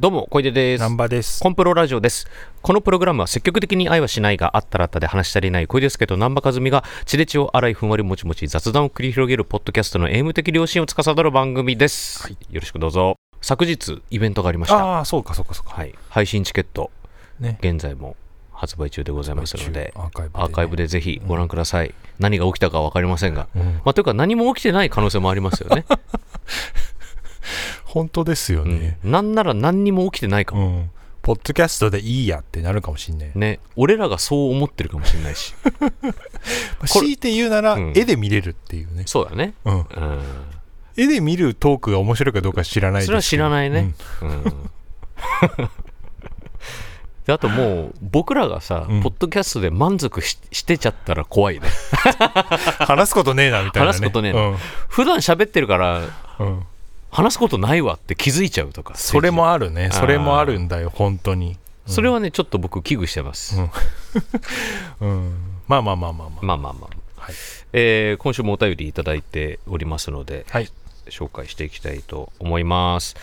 どうも、小出です。ナンバです。コンプロラジオです。このプログラムは積極的に愛はしないがあったらあったで話したりない小出ですけど、南波和美が血で血を洗いふんわりもちもち雑談を繰り広げるポッドキャストのエイム的良心を司る番組です、はい。よろしくどうぞ。昨日、イベントがありました。ああ、そうかそうかそうか。はい。配信チケット、ね、現在も発売中でございますので、アーカイブで、ね、アーカイブでぜひご覧ください。うん、何が起きたか分かりませんが、うん、まあ、というか何も起きてない可能性もありますよ ね。本当ですよね、うん、なんなら何にも起きてないかも、うん、ポッドキャストでいいやってなるかもしんないね俺らがそう思ってるかもしんないし強いて言うなら、うん、絵で見れるっていうねそうだねうん、絵で見るトークが面白いかどうか知らないそれは知らないね、うんあと もう僕らがさ、ポッドキャストで満足ししてちゃったら怖いね話すことねえなみたいな、話ね、すことねえな、うん、普段喋ってるから、うん話すことないわって気づいちゃうとかそれもあるねそれもあるんだよ本当に、うん、それはねちょっと僕危惧してます、うんうん、まあまあまあまあまあまあまあまあ、はいえー、今週もお便り頂いておりますので、はい、紹介していきたいと思います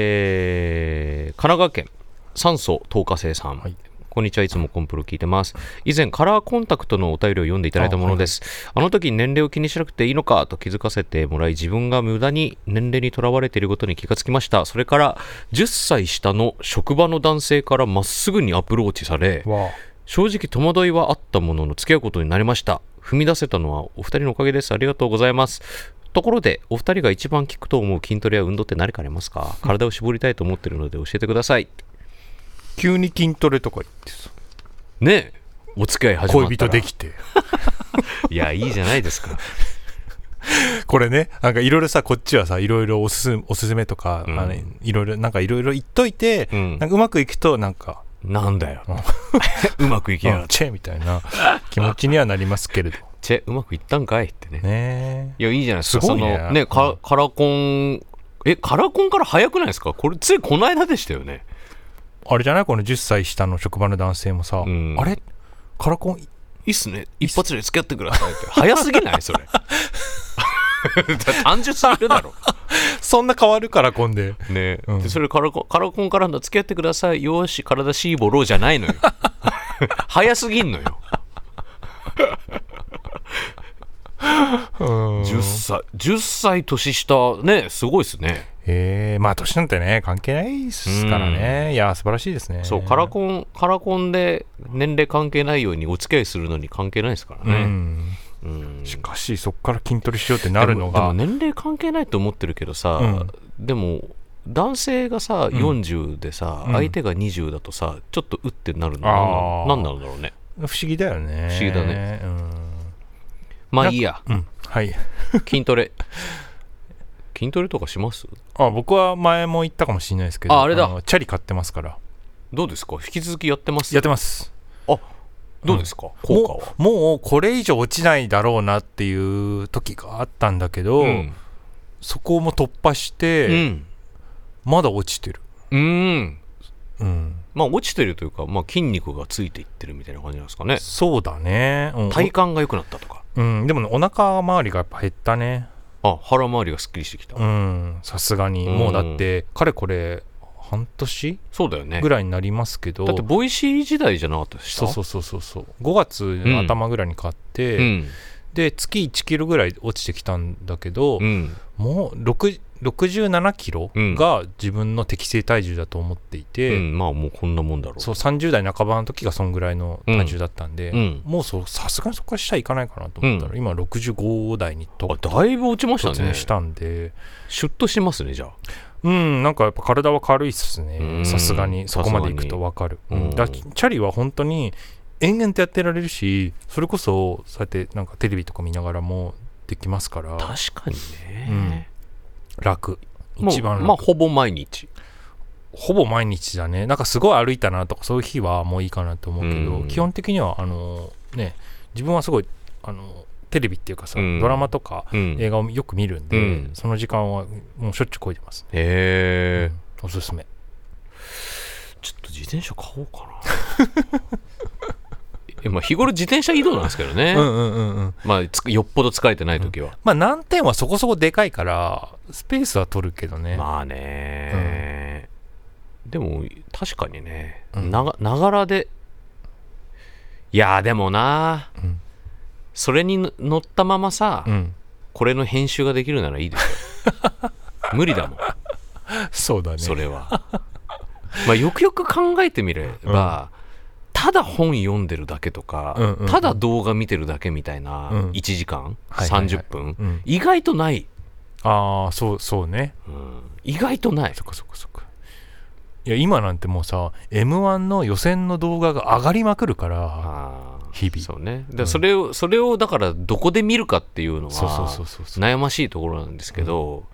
えー、神奈川県酸素透過生さん、はいこんにちは。いつもコンプロ聞いてます。以前、カラーコンタクトのお便りを読んでいただいたものです。あ,はい、あの時年齢を気にしなくていいのかと気づかせてもらい、自分が無駄に年齢にとらわれていることに気がつきました。それから、10歳下の職場の男性からまっすぐにアプローチされ、正直戸惑いはあったものの、付き合うことになりました。踏み出せたのはお二人のおかげです。ありがとうございます。ところで、お二人が一番効くと思う筋トレや運動って何かあります か、うん、体を絞りたいと思ってるので教えてください。急に筋トレとか言ってさねお付き合い始まっ恋人できていやいいじゃないです かこれねなんかいろいろさこっちはさいろいろおすすおすすめとか、うん、あれいろいろなんかいろいろ言っといて、うん、なんかうまくいくとなんか、なんだよ、 うん、うまくいきやがってチェみたいな気持ちにはなりますけれどチェうまくいったんかいってねねいやいいじゃないですかすごいねねカカラコンえカラコンから早くないですかこれついこの間でしたよねあれじゃないこの10歳下の職場の男性もさ、うん、あれカラコンいいっすね一発で付き合ってくださいって 早すぎないそれ単純すぎるだろそんな変わるカラコンで ね、うん、でそれカラコンカラコンからの付き合ってくださいよし体しいぼろうじゃないのよ 早すぎんのよ10歳10歳年下ねすごいっすねええー、まあ年なんてね関係ないですからね、うん、いや素晴らしいですねそうカラコンカラコンで年齢関係ないようにお付き合いするのに関係ないですからね、うん、うん、しかしそこから筋トレしようってなるのが年齢関係ないと思ってるけどさ、うん、でも男性がさ40でさ、相手が20だとさちょっとうってなるの何なんだろうね不思議だよね不思議だね、まあいいや、はい筋トレ筋トレとかしますあ僕は前も言ったかもしれないですけどああれだチャリ買ってますからどうですか引き続きやってますやってますあどうですか、うん、もうもうこれ以上落ちないだろうなっていう時があったんだけど、うん、そこも突破して、うん、まだ落ちてるうんうんまあ落ちてるというか、まあ、筋肉がついていってるみたいな感じなんですかねそうだね、体幹が良くなったとかうんでもねお腹周りがやっぱ減ったねあ腹回りがすっきりしてきたうんさすがに、うん、もうだってかれこれ半年そうだよねぐらいになりますけどだってボイシー時代じゃなかったしそうそうそうそうそう5月の頭ぐらいに買って、うん、で月1キロぐらい落ちてきたんだけど、うん、もう6 67キロが自分の適正体重だと思っていて、まあもうこんなもんだろうそう30代半ばの時がそんぐらいの体重だったんで、もうさすがにそこから下いかないかなと思ったら、うん、今65代にとだいぶ落ちましたねしたんでシュッとしますねじゃあうんなんかやっぱ体は軽いっすねさすがにそこまでいくと分かる、うん、だチャリは本当に延々とやってられるしそれこそそうやってなんかテレビとか見ながらもできますから確かにね、うん楽一番まあほぼ毎日ほぼ毎日だねなんかすごい歩いたなとかそういう日はもういいかなと思うけど、うん、基本的にはあのね自分はすごいあのテレビっていうかさ、うん、ドラマとか、うん、映画をよく見るんで、その時間はもうしょっちゅうこいでますへえ、おすすめちょっと自転車買おうかな まあ、日頃自転車移動なんですけどねうんうんうん、うん、まあ、よっぽど疲れてない時は、うん、まあ難点はそこそこでかいからスペースは取るけどねまあね、うでも確かにね、うんながながらでいやーでもなー、うんそれにの乗ったままさ、うん、これの編集ができるならいいです よ無理だもんそうだねそれはまあよくよく考えてみれば、ただ本読んでるだけとか、うんうんうんただ動画見てるだけみたいなうん1時間、はいはいはい30分、うん、意外とない、ああそうそうねうん意外とないそっかそっかそっかいや今なんてもうさ m 1の予選の動画が上がりまくるからあー日々そうねだかうらんそれを、それをだからどこで見るかっていうのそうそうそはうそうそう悩ましいところなんですけど、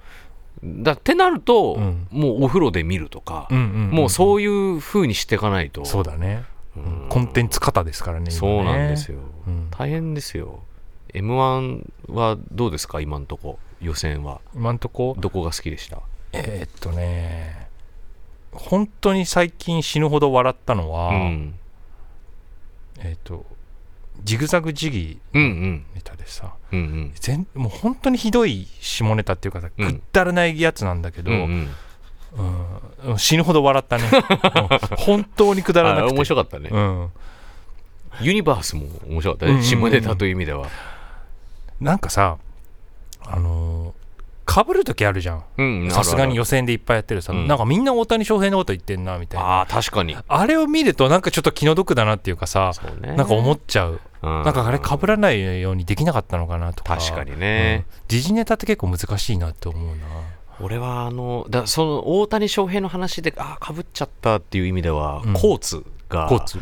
だってなると、うんもうお風呂で見るとか、うんうんんもうそういう風にしていかないとそうだね、うんコンテンツ型ですからね今そうなんですよ、よ、うん大変ですよ m 1はどうですか今んとこ予選は今んとこどこが好きでしたえーっとね本当に最近死ぬほど笑ったのは、うん、えーっとジグザグジギーうんうんネタでさうんうん全もう本当にひどい下ネタっていうかさうんくだらないやつなんだけど、うんうんうん死ぬほど笑っ たねうん本当にくだらなあくて面白かったね、うん、ユニバースも面白かったね、うんうんうん下ネタという意味ではなんかさあのかぶる時あるじゃんうんさすがによ予選でいっぱいやってるさ、うんなんかみんな大谷翔平のこと言ってんなみたいなああ確かにあれを見るとなんかちょっと気の毒だなっていうかさそうねなんか思っちゃうななんかあれ被らないようにできなかったのかなとか確かにね、うん時事ネタって結構難しいなって思うな俺はあのだその大谷翔平の話であかぶっちゃったっていう意味では、うんコーツがコーツ、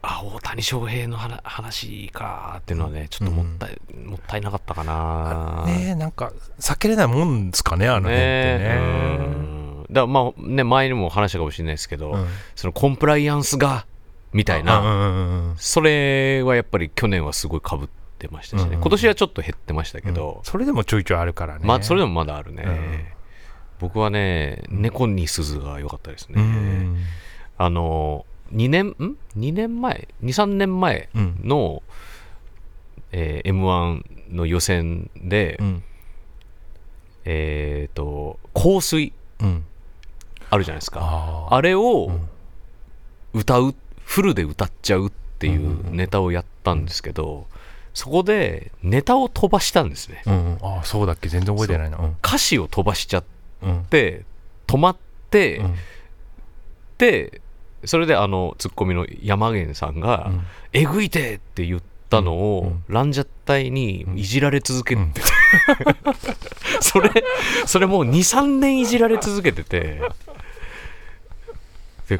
あ大谷翔平の話話かーっていうのはねちょっともったい、もったいなかったかなねえなんか避けれないもんですかねあの辺ってうねんだからまあね前にも話したかもしれないですけど、うんそのコンプライアンスがみたいな、うんうんうんうんそれはやっぱり去年はすごいかぶってましたしね、うん今年はちょっと減ってましたけど、それでもちょいちょいあるからねまあそれででもまだあるね、うん僕はね猫に鈴が良かったですね、うんあの2年ん2年前23年前うんの、え m 1の予選で、うんえっ、と香水うんあるじゃないですかああれをん歌う、フルで歌っちゃうっていんうんううんネタをやったんですけど、そこでネタを飛ばしたんですねあ、うんうん、ああそうだっけ全然覚えてないなうん歌詞を飛ばしちゃっうんて止まって、うんでそれであのツッコミの山源さんがうん「えぐいて!」って言ったのを、うんうんランジャタイにいじられ続けて、うん それそれもう23年いじられ続けててで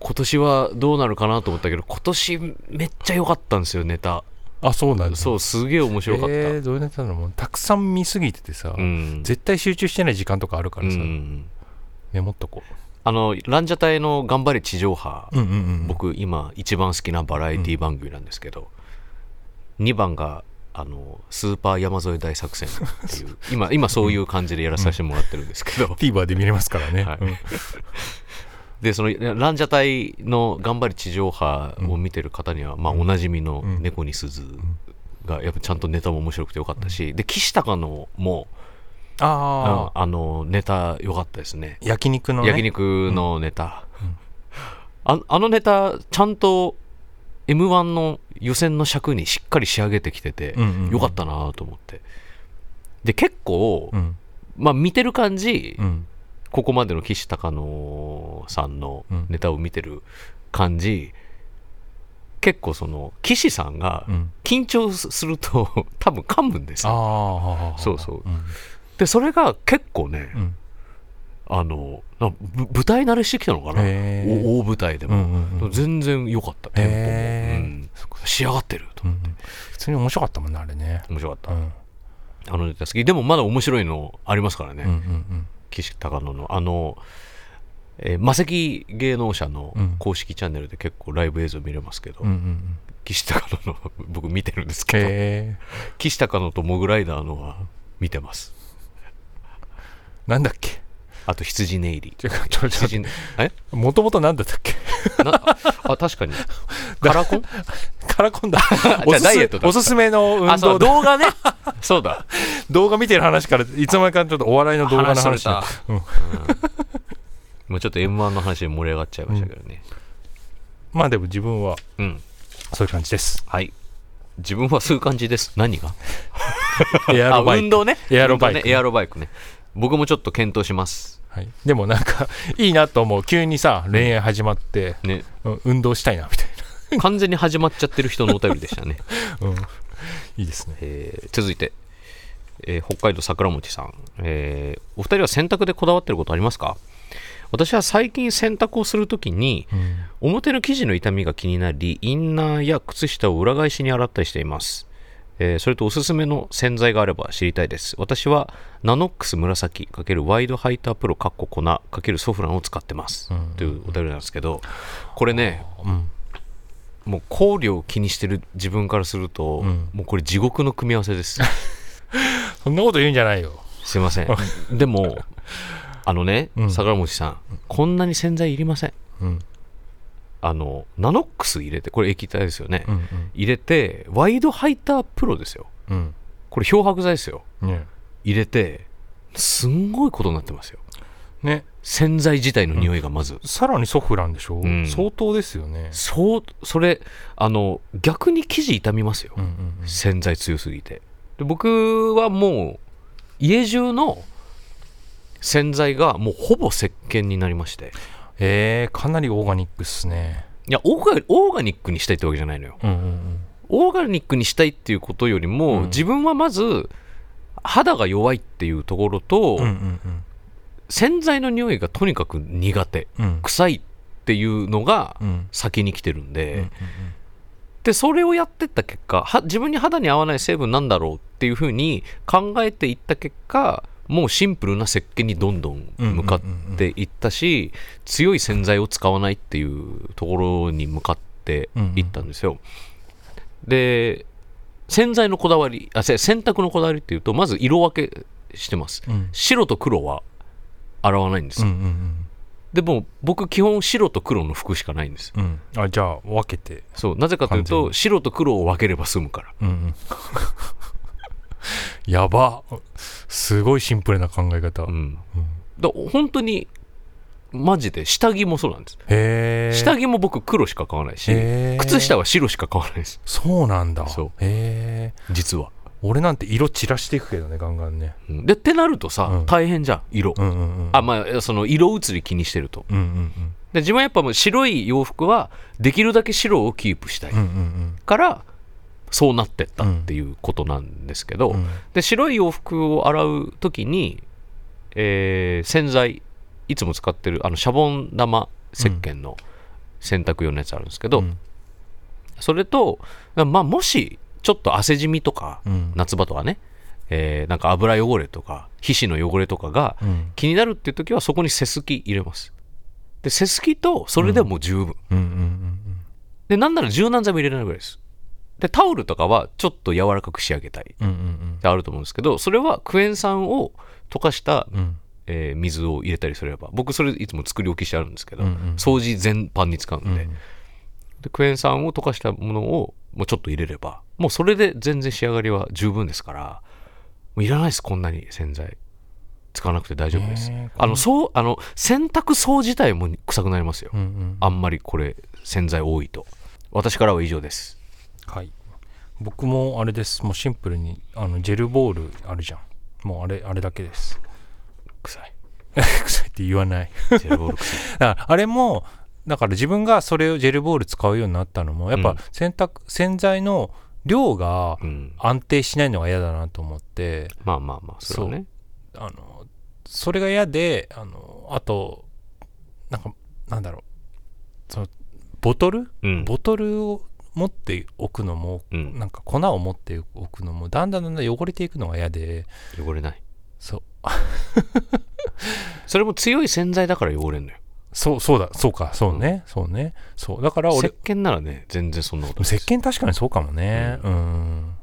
今年はどうなるかなと思ったけど今年めっちゃ良かったんですよネタあそうなんだそうすげえ面白かった、えーどういうネタなのもうたくさん見すぎててさ、うん絶対集中してない時間とかあるからさ、うんメモっとこあのランジャタイの「頑張れ地上波」う、うんうんうん、僕今一番好きなバラエティ番組なんですけど、2番があのスーパー山添大作戦って いう今今そういう感じでやらさせてもらってるんですけど、 TVer で見れますからね、はいうんでそのランジャタイの「頑張れ地上波」を見てる方には、まあ、おなじみのん猫に鈴がやっぱちゃんとネタも面白くてよかったし、で岸高のもあああのネタ良かったですねあ焼肉のね焼肉のネタ、ああのネタちゃんと m 1の予選の尺にしっかり仕上げてきてて、うんうんうんよかったなと思ってで結構、うんまあ、見てる感じ、うんここまでの岸隆乃さんのネタを見てる感じ、結構その岸さんがうん緊張すると 多分噛むんですあよあそうそううんでそれが結構ね、うんあのなぶ舞台慣れしてきたのかな、へーお大舞台でうも、んうんうん全然良かったテンポも、うへーん仕上がってるとうんうん普通に面白かったもんねあれね面白かった、うんあのネタ好きでもまだ面白いのありますからね、うんうん岸高野のあの、えー魔石芸能者のうん公式チャンネルで結構ライブ映像見れますけど、うんうんうん岸高野の 僕見てるんですけど、へえ岸高野とモグライダーのは見てますなんだっけあと羊ネイリちょちょちょ羊えもともとなんだったっけ なあ確かにカラコンカラコンだじおゃあすダイエッすトだおすすめの運あそう動動だ画ねそうだ動画見てる話からいつの間にかちょっとお笑いの動画話のそれ話たに、うんまあちょっと m 1の話で盛り上がっちゃいましたけどね、まあでも自分はうんそういう感じ です。はい自分はそういう感じです何がエアあロバイク。運動ねエアロバイク運動ねエアロバイクね僕もちょっと検討しますはい、でもなんかいいなと思う急にさ恋愛始まって、ねうん、運動したいなみたい完全に始まっちゃってる人のお便りでしたね、 な、うん、いいですねえー続いて、えー北海道桜餅さん、えーお二人は洗濯でこだわってることありますか私は最近洗濯をするときに表の生地の傷みが気になりインナーや靴下を裏返しに洗ったりしています、えーそれとおすすめの洗剤があれば知りたいです私はナノックス紫×ワイドハイタープロかっこ粉×ソフランを使ってます、うんというお便りなんですけどこれねうんもう香料を気にしてる自分からすると、うんもうこれ地獄の組み合わせですそんなこと言うんじゃないよすいませんでもあのね、うん桜餅さんこんなに洗剤いりませんうんあのナノックス入れてこれ液体ですよね、うん入れてワイドハイタープロですようんこれ漂白剤ですようんね入れてすんごいことになってますよね洗剤自体の匂いがまず、さらにソフランでしょ、うん相当ですよねそうそれあの逆に生地傷みますよ、うんうん洗剤強すぎてで僕はもう家中の洗剤がもうほぼ石鹸になりましてえー、かなりオーガニックっすねいやオーガオーガニックにしたいってわけじゃないのようんうんオーガニックにしたいっていうことよりも、うん自分はまず肌が弱いっていうところと、うんうんうん洗剤の匂いがとにかく苦手うんうん臭いっていうのがうん先に来てるんで、うんうんでそれをやってった結果は自分に肌に合わない成分なんだろうっていうふうに考えていった結果もうシンプルな石鹸にどんどん向かっていったし、強い洗剤を使わないっていうところに向かっていったんですよ。で洗剤のこだわりあせ洗濯のこだわりっていうとまず色分けしてます。うん白と黒は洗わないんですうよ、んうんでも僕基本白と黒の服しかないんですようんうんあじゃあ分けてそうなぜかという完全とに白と黒を分ければ済むからうんうんやばすごいシンプルな考え方、うんうんだ本当にマジで下着もそうなんです、へえ下着も僕黒しか買わないし、へー靴下は白しか買わないですそうなんだそうへえ実は、俺なんて色散らしていくけどねガンガンねうんでってなるとさ、うん大変じゃん色、うんうんうんあまあその色移り気にしてるとうんうんで自分はやっぱもう白い洋服はできるだけ白をキープしたいうんうんうんからそうなってったっていうことなんですけど、うんで白い洋服を洗う時に、えー洗剤いつも使ってるあのシャボン玉石鹸の洗濯用のやつあるんですけど、うんそれと、まあ、もしちょっと汗じみとか、うん夏場とかね、えーなんか油汚れとか皮脂の汚れとかがうん気になるっていう時はそこにセスキ入れますでセスキとそれでもう十分、うんうんうんでなんなら柔軟剤も入れないぐらいですでタオルとかはちょっと柔らかく仕上げたいうんうんってあると思うんですけどそれはクエン酸を溶かした、うんうんえー水を入れたりすれば僕それいつも作り置きしてあるんですけど、うんうん掃除全般に使うんで,、うんでクエン酸を溶かしたものをもうちょっと入れればもうそれで全然仕上がりは十分ですからもういらないですこんなに洗剤使わなくて大丈夫です、ねえあのそうあの洗濯槽自体も臭くなりますよ、うんうんあんまりこれ洗剤多いと私からは以上です はい僕もあれですもうシンプルにあのジェルボールあるじゃんもうあれあれだけです臭い臭いって言わないジェルボール臭いだからあれもだから自分がそれをジェルボール使うようになったのもやっうんぱ洗濯、洗剤の量がうん安定しないのが嫌だなと思ってまあまあまあそれはねあのそれが嫌であのあとなんかなんだろうそのボトルうんボトルを持っておくのもうんなんか粉を持っておくのもだんだんだんだん汚れていくのが嫌で汚れないそうそれも強い洗剤だから汚れんのよそうそうだそうかそうね、そうねそうだから石俺鹸ならね全然そんなことない石鹸確かにそうかもねうん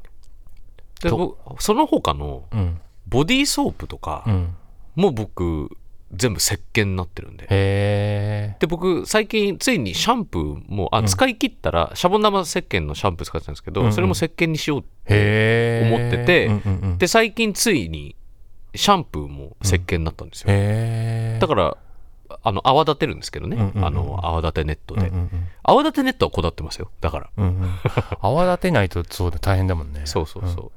で僕その他のうんボディーソープとかうんもう僕全部石鹸になってるんでへえで僕最近ついにシャンプーもあうん使い切ったらシャボン玉石鹸のシャンプー使ってたんですけうんうどんそれも石鹸にしようへえ思っててうんうんうん、で最近ついにシャンプーも石鹸になったんですよへえだからはあの泡立てるんですけどね、うんうんうんあの泡立てネットうんうで、んうん泡立てネットはこだわってますよだからうんうん、泡立てないとそうだ大変だもんねそうそううんそ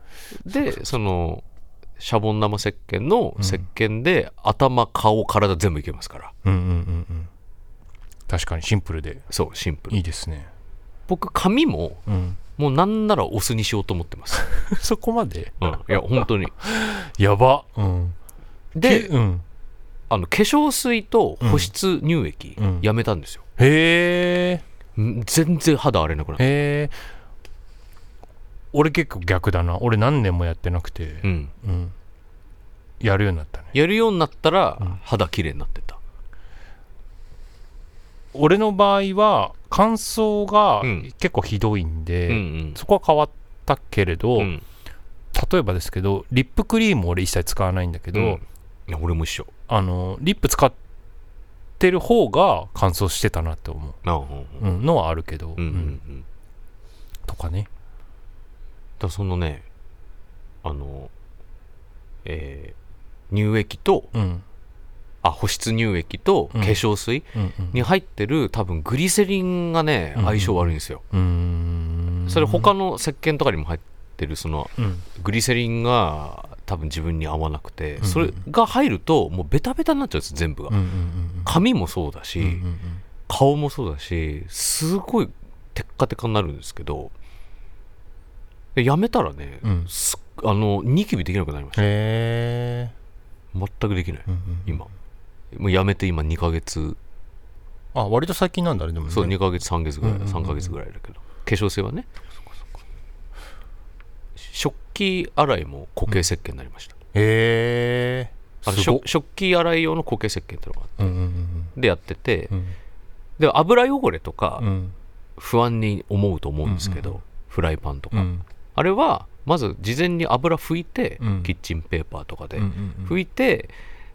う、でそのシャボン玉石鹸の石鹸で、頭顔体全部いけますからうんうんうんうん確かにシンプルでそうシンプルいいですね、僕髪もうん、もうなんならお酢にしようと思ってます、 そこまでうん、いや本当にやば、うん、でうん、あの化粧水と保湿乳液うんやめたんですよ、へえん全然肌荒れなくなった、へえ俺結構逆だな俺何年もやってなくて、うん、うん、やるようになったねやるようになったうんら肌綺麗になってた、俺の場合は乾燥がうん結構ひどいんで、うんうんそこは変わったけれど、うん例えばですけどリップクリーム俺一切使わないんだけど、うんいや俺も一緒あのリップ使ってる方が乾燥してたなって思ああうんう、うん、のはあるけど、うんうんううんんとかねだそのねあのえー乳液とうんあ保湿乳液と化うん粧水うんうんに入ってる多分グリセリンがねうん相性悪いんですよ、うーんそれ他の石鹸とかにも入ってるそのうんグリセリンが多分自分に合わなくて、うんそれが入るともうベタベタになっちゃうんです全部が、うんうんうん髪もそうだし、うんうんうん顔もそうだしすごいテッカテカになるんですけどでやめたらね、うんすあのニキビできなくなりましたへえ全くできないうんうん今もうやめて今2ヶ月あ割と最近なんだねでもねそう2ヶ月3ヶ月ぐらい、うんうんうん3ヶ月ぐらいだけど化粧水はね食器洗いも固形石鹸になりました、へえあのすご食食器洗い用の固形石鹸ってのがあっうんうんてでやってて、うんうんで油汚れとかうん不安に思うと思うんですけど、うんうんうんフライパンとか、うんあれはまず事前に油拭いて、うんキッチンペーパーとかでうんうん拭いて、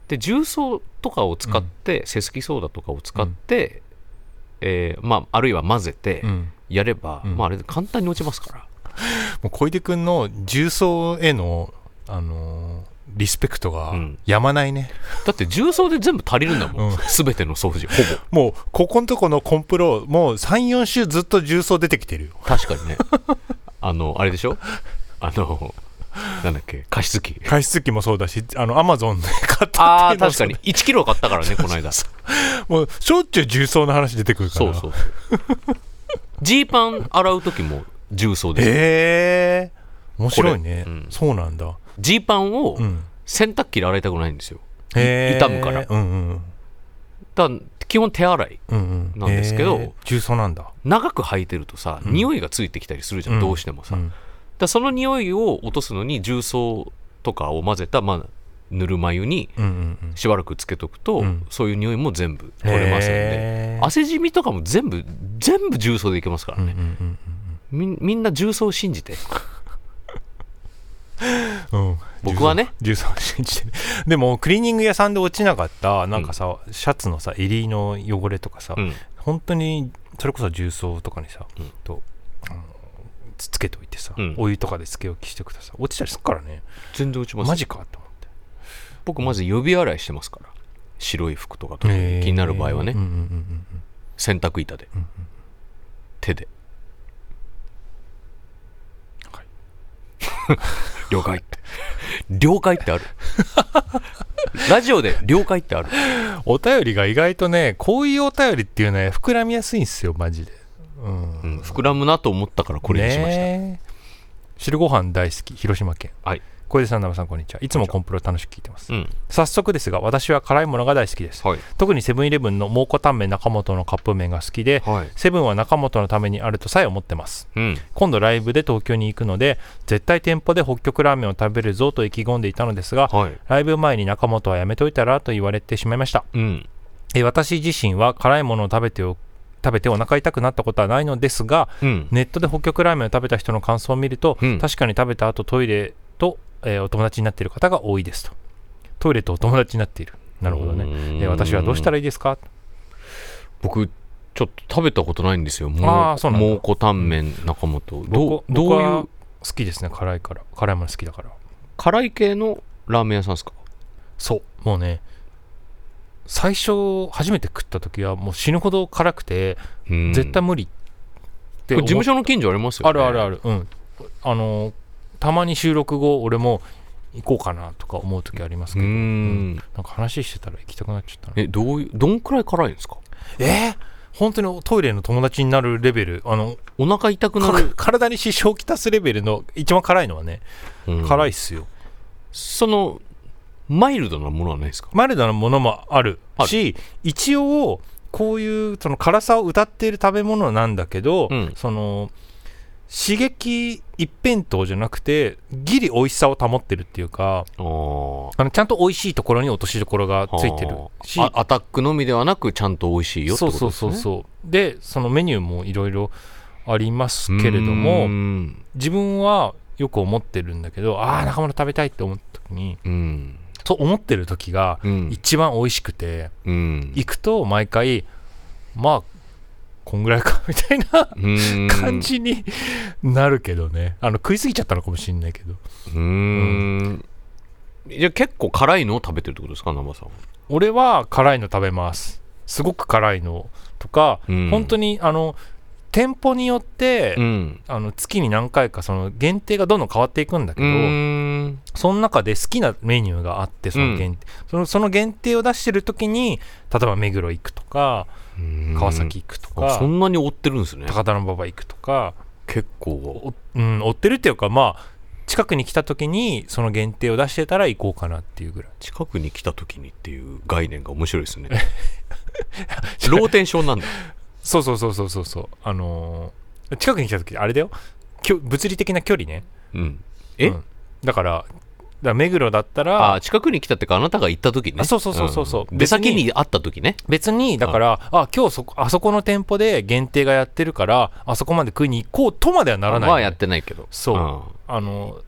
で重曹とかを使って、セスキソーダとかを使って、えーまあ、あるいは混ぜてうんもやれば、うんまあ、あれ簡単に落ちますからう小出君の重曹へのあのーリスペクトがうんやまないね、だって重曹で全部足りるんだもん、うん全ての掃除ほぼもうここのとこのコンプロもう34週ずっと重曹出てきてるよ 確かにね あのあれでしょあのなんだっけ加湿器加湿器もそうだしあのアマゾンで買ったああっていうのも確かに1キロ買ったからねこの間そうもうしょっちゅう重曹の話出てくるからそうそうジーパン洗う時も重曹ですへえ面白いね、これうんそうなんだ、ジーパンをうん、洗濯機で洗いたくないんですよへー傷むからうんうんだから基本手洗いうんうんなんですけどへー重曹なんだ、長く履いてるとさ、うん匂いがついてきたりするじゃん、んどうしてもさ、うだかんらその匂いを落とすのに重曹とかを混ぜた、まあ、ぬるま湯にうんうんうんしばらくつけとくと、うんそういう匂いも全部取れますんで、へー汗じみとかも全部全部重曹でいけますからうんうね、んうんみみんな重曹を信じてうんうん僕はね重曹重曹信じてねでもクリーニング屋さんで落ちなかったなんかさ、シャツのさ襟の汚れとかさ、うん本当にそれこそ重曹とかにさ、うんとあのつつけといてさ、うんお湯とかでつけ置きしてください落ちたりするからね全然落ちますマジかと思って僕まず予備洗いしてますから白い服とかと気になる場合はね、うんうんうんうんうん洗濯板で、ん手で、はい 了解って了解ってあるラジオで了解ってあるお便りが意外とねこういうお便りっていうのは膨らみやすいんですよマジでうん、うん膨らむなと思ったからこれにしました、ねえ汁ご飯大好き広島県はい小出さん生さんこんにちはいつもコンプロ楽しく聞いてますうん早速ですが私は辛いものが大好きですはい特にセブンイレブンの蒙古タンメン中本のカップ麺が好きではいセブンは中本のためにあるとさえ思ってますうん今度ライブで東京に行くので絶対店舗で北極ラーメンを食べるぞと意気込んでいたのですがはいライブ前に中本はやめといたらと言われてしまいましたうんえー私自身は辛いものを食べてお食べてお腹痛くなったことはないのですがうんネットで北極ラーメンを食べた人の感想を見ると、うん確かに食べた後トイレと、えーお友達になっている方が多いですとトイレとお友達になっているなるほどね、えー私はどうしたらいいですか僕ちょっと食べたことないんですよもあーそうなんだ蒙古タンメン中本どう僕ど僕うはいう好きですね辛いから辛いもの好きだから辛い系のラーメン屋さんですかそうもうね最初初めて食った時はもう死ぬほど辛くて、うん絶対無理っこてれ思っ事務所の近所ありますよねあるあるああるうんあのたまに収録後俺も行こうかなとか思う時ありますけうど、んなんか話してたら行きたくなっちゃったなえどういうどんくらい辛いんですかえー本当にトイレの友達になるレベルあのお腹痛くなかる、体に支障をきたすレベルの一番辛いのはね、うん辛いっすよそのマイルドなものはないですかマイルドなものもあるあるし一応こういうその辛さを歌っている食べ物なんだけど、うんその刺激一辺倒じゃなくてギリ美味しさを保ってるっていうかあーあのちゃんと美味しいところに落としどころがついてるしあアタックのみではなくちゃんと美味しいよってそこうとです、そね、うそうそうでそのメニューもいろいろありますけれどもうん自分はよく思ってるんだけどああ中村食べたいって思った時にうんそう思ってる時がうん一番美味しくて、うん行くと毎回まあこんぐらいか みたいなうん感じになるけどねあの食いすぎちゃったのかもしれないけどうーんじゃあ結構辛いのを食べてるってことですか南波さんは俺は辛いの食べますすごく辛いのとか、うん本当にあの店舗によって、うんあの月に何回かその限定がどんどん変わっていくんだけうど、ーんその中で好きなメニューがあってその限定、そのその限定を出してる時に例えば目黒行くとか川崎行くとあか、そんなに追ってるんですね高田馬場行くとか結構おうん、追ってるっていうかまあ近くに来た時にその限定を出してたら行こうかなっていうぐらい近くに来た時にっていう概念が面白い ですねローテンションなんだそうそうそうそうそうそうあのー近くに来た時あれだよきょ物理的な距離ねうんえ、うんだからだから目黒だったあらあ近くに来たってかあなたが行った時ねあそうそうそうそうそうん出先に会った時ね別にだからあ今日そこあそこの店舗で限定がやってるからあそこまで食いに行こうとまではならない、まあやってないけどそうあのー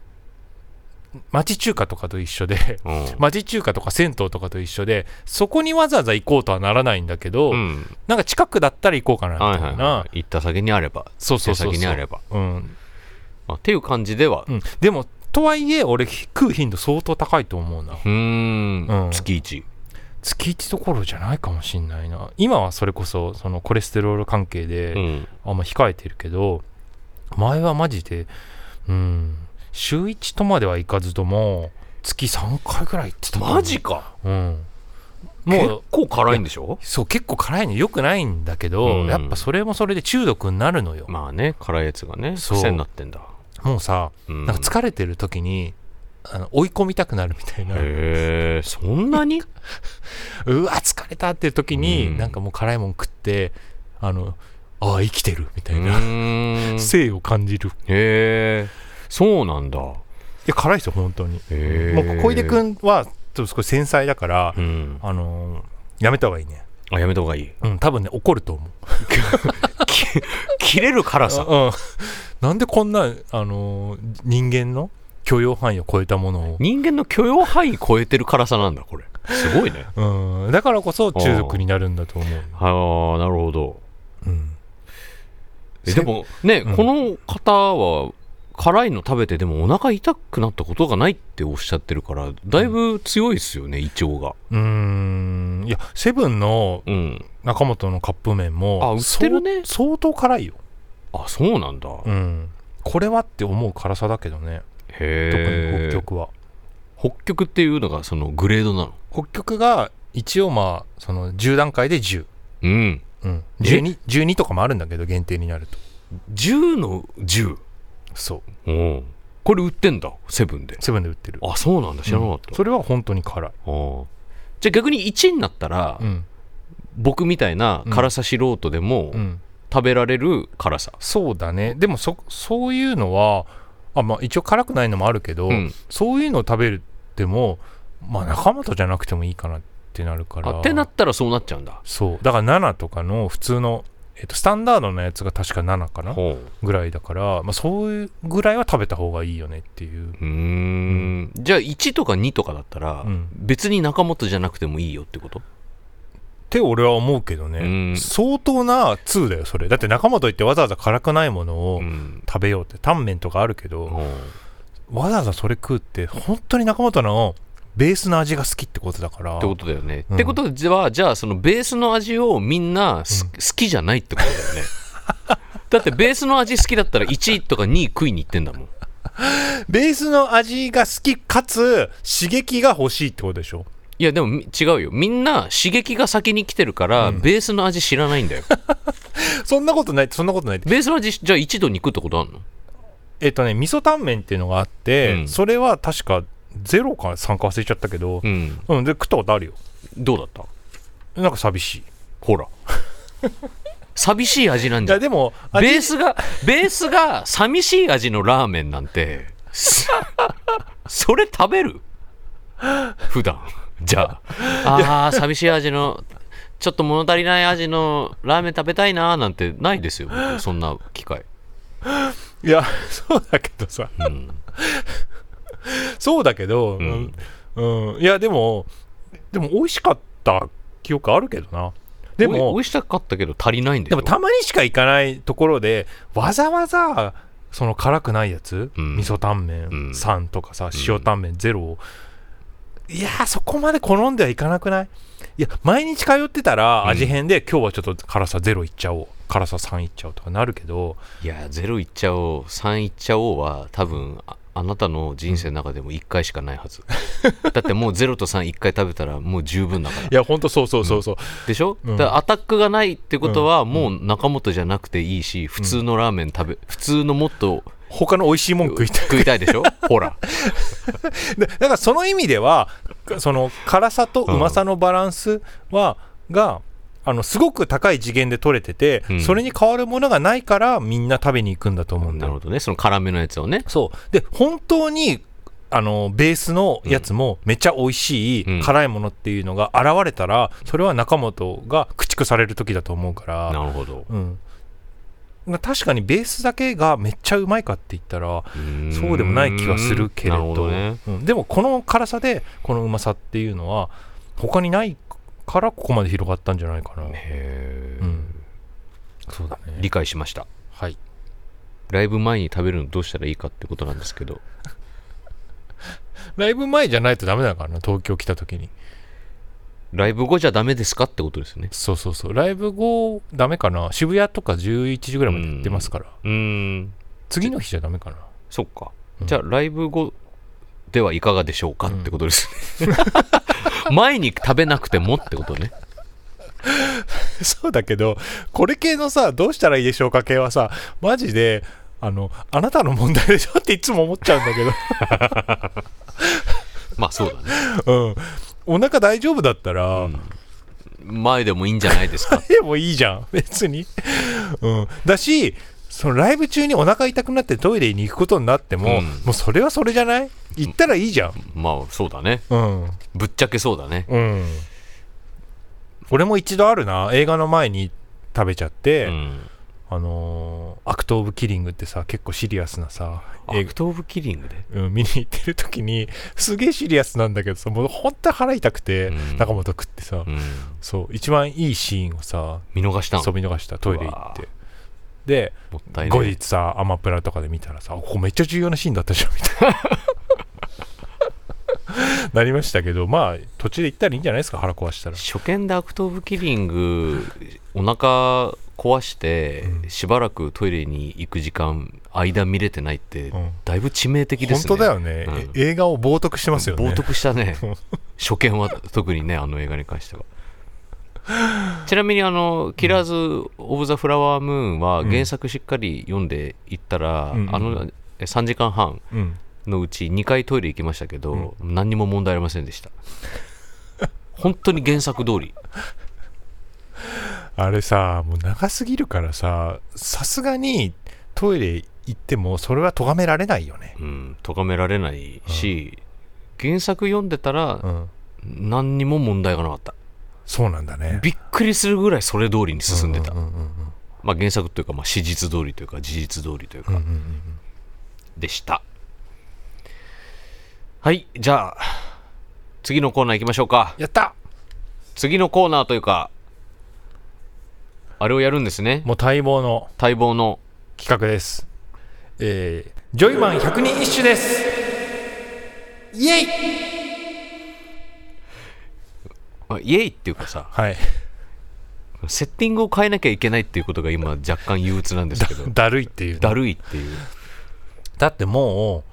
町中華とかと一緒でうんうん町中華とか銭湯とかと一緒でそこにわざわざ行こうとはならないんだけど、うんなんか近くだったら行こうかなみはいたはいいな、はい行った先にあればそうそうそう手先そにうあれば、うんまあ、っていう感じではうん、でもとはいえ俺食う頻度相当高いと思うなうーんうん月一月1どころじゃないかもしんないな今はそれこそそのコレステロール関係うでんあんま控えてるけど、前はマジでうん週1とまではいかずとも月3回ぐらい行ってたかなマジかうんも結う構辛いんでしょそう結構辛いのよくないんだけど、うんやっぱそれもそれで中毒になるのよ、まあね辛いやつがねそう癖になってんだもうさうんなんか疲れてる時にあの追い込みたくなるみたいな、へえそんな にうわ疲れたっていう時に、うんなんかもう辛いもん食ってあのああ生きてるみたういな、ーんへ生を感じるいえそうなんだや辛いですよ本当に、へもーう小出君はちょっと少し繊細だから、うんあのーやめた方がいいねあやめた方がいいうん多分ね怒ると思うき 切れる辛さうん なんでこんな、あのー人間の許容範囲を超えたものを人間の許容範囲超えてる辛さなんだこれすごいねうん、だからこそ中毒になるんだと思う、ああなるほどうん、えせでもね、うんこの方は辛いの食べてでもお腹痛くなったことがないっておっしゃってるからだいぶ強いですよね胃腸がうーんいやセブンのうん中本のカップ麺もあ売ってるねそう相当辛いよ、あそうなんだ、うへん、これはって思う辛さだけどね特にえ北極は、北極っていうのがそのグレードなの北極が一応まあその10段階で10、うんうん、え 12, 12とかもあるんだけど限定になると10の10そううんこれ売ってんだセブンでセブンで売ってるあそうなんだ知らなかっうんた、それは本当に辛あい、あじゃあ逆に1になったら、うん僕みたいな辛さ素人でもうん、食べられる辛さ、そうだねでもそそういうのはあ、まあ、一応辛くないのもあるけど、うんそういうのを食べるでもまあ仲間とじゃなくてもいいかなってなるからあってなったらそうなっちゃうんだそうだから7とかの普通の、えっとスタンダードのやつが確か7かなほうぐらいだから、まあ、そういうぐらいは食べた方がいいよねっていううーんじゃあ1とか2とかだったら、うん別に中本じゃなくてもいいよってことって俺は思うけどね、うん相当な2だよそれだって仲間といってわざわざ辛くないものをん食べようってタンメンとかあるけど、ほうわざわざそれ食うって本当に仲間とのベースの味が好きってことだから。ってことだよね。うん、ってことは、じゃあ、そのベースの味をみんな、うん、好きじゃないってことだよ ね。だって、ベースの味好きだったら1とか2食いに行ってんだもん。ベースの味が好きかつ刺激が欲しいってことでしょいやでも違うよみんな刺激が先に来てるから、うん、ベースの味知らないんだ よそんなことないそんなことないベースの味じゃあ一度に行くってことあんのえっとね味噌タンメンっていうのがあって、うん、それは確かゼロか参加忘れちゃったけど、うん、うん、で食ったことあるよどうだったなんか寂しいほ ら寂しい味なんじゃでもベースがベースが寂しい味のラーメンなん てそれ食べる普段じゃああ寂しい味のちょっと物足りない味のラーメン食べたいなーなんてないですよそんな機会いや そうだけどさ、うん、そうだけど、うん、うん、いやでもでも美味しかった記憶あるけどなでも美味しかったけど足りないんででもたまにしか行かないところでわざわざその辛くないやつ、うん、味噌タンメン3とかさ、うん、塩タンメン0を、いやそこまで好んではいかなくないいや毎日通ってたら味変で、うん、今日はちょっと辛さ0いっちゃおう辛さ3いっちゃおうとかなるけどいや0いっちゃおう3いっちゃおうは多分あなたの人生の中でも1回しかないはず、うん、だってもう0と31回食べたらもう十分だからいやほんとそうそうそうそう、うん、でしょ、うん、だアタックがないってことはもう中本じゃなくていいし普通のラーメン食べ、普通のもっと他の美味しいもん食いたい食いたいでし ょほらだからその意味ではその辛さとうまさのバランスは、があのすごく高い次元で取れてて、うん、それに変わるものがないからみんな食べに行くんだと思うんだなるほどねその辛めのやつをねそうで本当にあのベースのやつもめっちゃ美味しい、うん、辛いものっていうのが現れたらそれは中本が駆逐される時だと思うからなるほど、うん、確かにベースだけがめっちゃうまいかって言ったらそうでもない気はするけれど、ね、うん、でもこの辛さでこのうまさっていうのは他にないからここまで広がったんじゃないかなへえ、うん、そうだね理解しましたはいライブ前に食べるのどうしたらいいかってことなんですけどライブ前じゃないとダメだからな東京来た時にライブ後じゃダメですかってことですねそうそうそうライブ後ダメかな渋谷とか11時ぐらいまで行ってますからうん次の日じゃダメかなそっか、うん、じゃあライブ後ではいかがでしょうかってことですね、うん、 前に食べなくてもってことね そうだけどこれ系のさどうしたらいいでしょうか系はさマジであのあなたの問題でしょっていつも思っちゃうんだけどまあそうだね うんお腹大丈夫だったら、うん、前でもいいんじゃないですかでもいいじゃん 別に、うん、だしそのライブ中にお腹痛くなってトイレに行くことになっても、うん、もうそれはそれじゃない行ったらいいじゃんまあそうだね、うん、ぶっちゃけそうだねうん俺も一度あるな映画の前に食べちゃって、うん、あのー、アクト・オブ・キリングってさ結構シリアスなさアクト・オブ・キリングで、うん、見に行ってる時にすげえシリアスなんだけどさもう本当腹痛くて、うん、中本食ってさ、うん、そう一番いいシーンをさ見逃したそう見逃したトイレ行ってで後日さアマプラとかで見たらさここめっちゃ重要なシーンだったじゃんみたいな なりましたけどまあ途中で行ったらいいんじゃないですか腹壊したら初見でアクト・オブ・キリングお腹壊して、うん、しばらくトイレに行く時間間見れてないって、うん、だいぶ致命的ですね本当だよね、うん、映画を冒涜してますよね冒涜したね 初見は特にねあの映画に関してはちなみにあの「キラーズ・オブ・ザ・フラワームーン」は原作しっかり読んでいったら、うん、あの3時間半のうち2回トイレ行きましたけど、うん、何にも問題ありませんでした本当に原作通りあれさもう長すぎるからささすがにトイレ行ってもそれは咎められないよねうん咎められないし、うん、原作読んでたら、何にも問題がなかったそうなんだねびっくりするぐらいそれ通りに進んでた、うんうんうんうん、まあ、原作というか、まあ、史実通りというか事実通りというか、うんうんうんうん、でしたはいじゃあ次のコーナー行きましょうかやった次のコーナーというかあれをやるんですねもう待望の待望の企画ですえー、ジョイマン100人一首ですイエイあイエイっていうかさ はいセッティングを変えなきゃいけないっていうことが今若干憂鬱なんですけどだだるいっていうねだるいっていうだってもう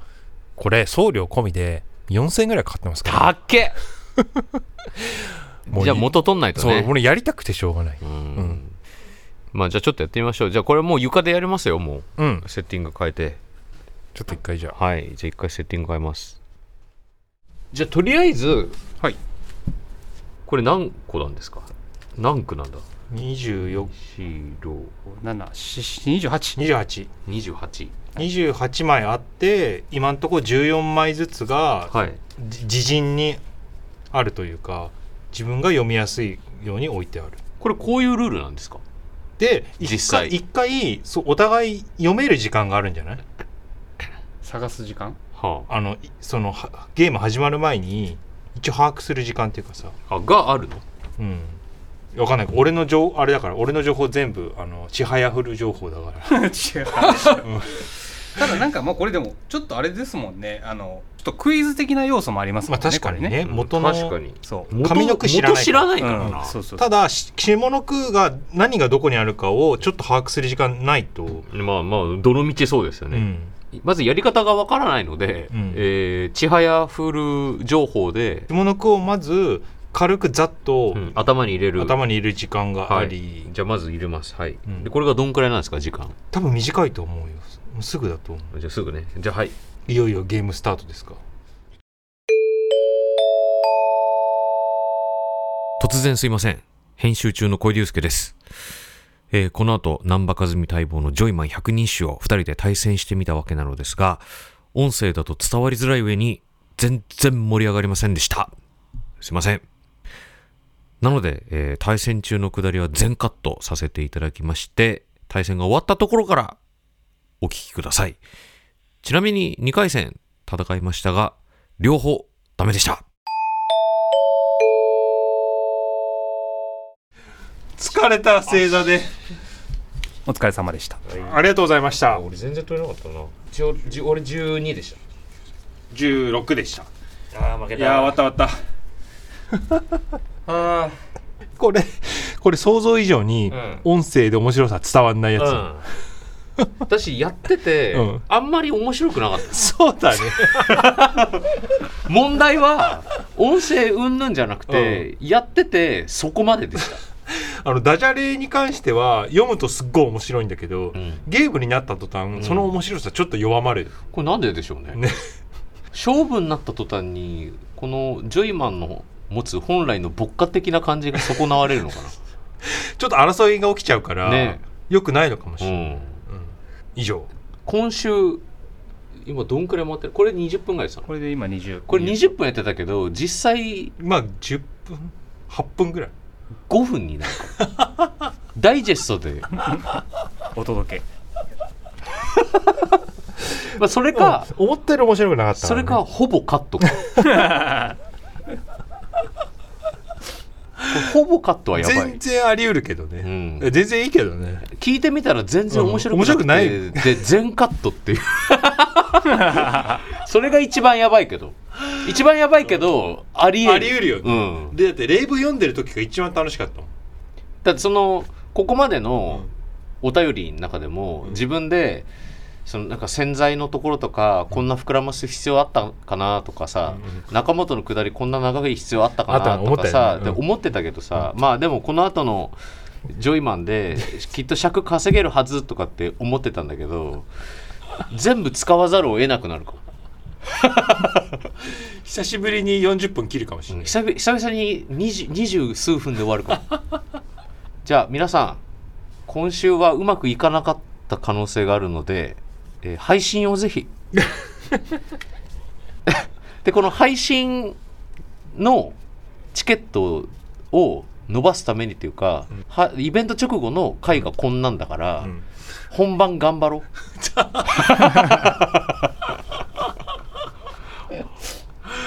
これ送料込みで4000円ぐらいかかってますからたっけもういじゃあ元取んないとそうね俺やりたくてしょうがないうんうんまあじゃあちょっとやってみましょうじゃあこれもう床でやりますよもうんうセッティング変えてちょっと一回じゃあはいじゃあ一回セッティング変えますじゃあとりあえずはいこれ何個なんですか何区なんだ24 428 7 4 28 28枚あって今んとこ14枚ずつがはいじ自陣にあるというか自分が読みやすいように置いてあるこれこういうルールなんですかで一実際回一回そうお互い読める時間があるんじゃない探す時 間はあのいそのはゲーム始まる前に一応把握する時間っていうかさああがあるのうんわかんない俺の情あれだから俺の情報全部あのちはやふる情報だ からただなんかもうこれでもちょっとあれですもんねあのちょっとクイズ的な要素もありますまもんあね確かにこれね元の確かにそう元上の句知らないから元知らないからう、なんそうそうただし下の句が何がどこにあるかをちょっと把握する時間ないと、まあまあどの道そうですようね、ん、まずやり方がわからないので、うんえー、ちはやふる情報で、下の句をまず軽くざっとうん頭に入れる頭に入れる時間がはあいり、じゃあまず入れますはい、うんでこれがどんくらいなんですか時間多分短いと思うよもうすぐだと思じゃあすぐねじゃあはいういよいよゲームスタートですか突然すいません編集中の小出祐介です、えーこの後難波和美待望のジョイマン百人衆を2人で対戦してみたわけなのですが音声だと伝わりづらい上に全然盛り上がりませんでしたすいませんなので、えー対戦中のくだりは全カットさせていただきまして対戦が終わったところからお聞きくださいちなみに2回戦戦いましたが両方ダメでした疲れた正座でお疲れ様でしたありがとうございました俺全然取れなかったな一応じ俺12でした16でしたああ負けいやー終わった終わ ったこれこれ想像以上にん音声で面白さ伝わんないやつ、うん、私やってて、うんあんまり面白くなかったそうだね問題は音声うんぬんじゃなくて、やっててそこまででした あのダジャレに関しては読むとすっごい面白いんだけど、んゲームになった途端、その面白さちょっと弱まるこれなんででしょうねね勝負になった途端にこのジョイマンの持つ本来の牧歌的な感じが損なわれるのかちょっと争いが起きちゃうから、ねよくないのかもし な、れうない、ん、以上今週今どんくらい回ってるこれ20分ぐらいですかこれで今20これ20分やってたけど実際まあ10分8分ぐらい5分になるからダイジェストで、まお届けあ、それか思ったより面白くなかったそれかほぼカットか ほぼカットはやば全い、然あり得るけどうね、ん、全然いいけどね聞いてみたら全然面白くなくて、うん面で白全カットって いうそれが一番やばいけど一番やばいけど、ありえるあり得るよねうん、でだって例文読んでる時が一番楽しかったもんだってそのここまでのうんお便りの中でも、うん自分でそのなんか洗剤のところとかこんな膨らます必要あったかなとかさ、中本の下りこんな長い必要あったかあったなのとか思さっでた思よっ,、ねうんてたけどさ、まあでもこの後のジョイマンできっと尺稼げるはずとかって思ってたんだけど全部使わざるを得なくなるかも久しぶりに40分切るかもしれない、久々久々に20 20数分で終わるかも じゃあ皆さん今週はうまくいかなかった可能性があるので、えー配信をぜひ でこの配信のチケットを伸ばすためにというか、はイベント直後の回がこんなんだから、うん本番頑張ろう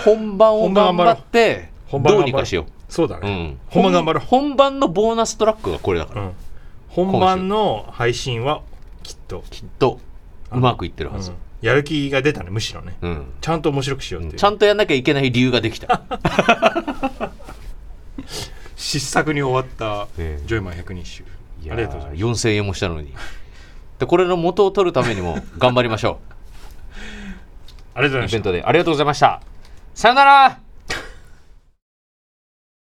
本番を頑張って本番どう頑張ろうにかしよそうだう、うね、ん、本番頑張ろう本番のボーナストラックがこれだからうん本番の配信はきっと、きっとうまくいってるはず、やる気が出たねむしろねうんちゃんと面白くしようっていう、ちゃんとやんなきゃいけない理由ができた失策に終わったええジョイマン百人一首いやーありがとうございます4000円もしたのにでこれの元を取るためにも頑張りましょ ありがとうございうまイしたベントでありがとうございましたさよなら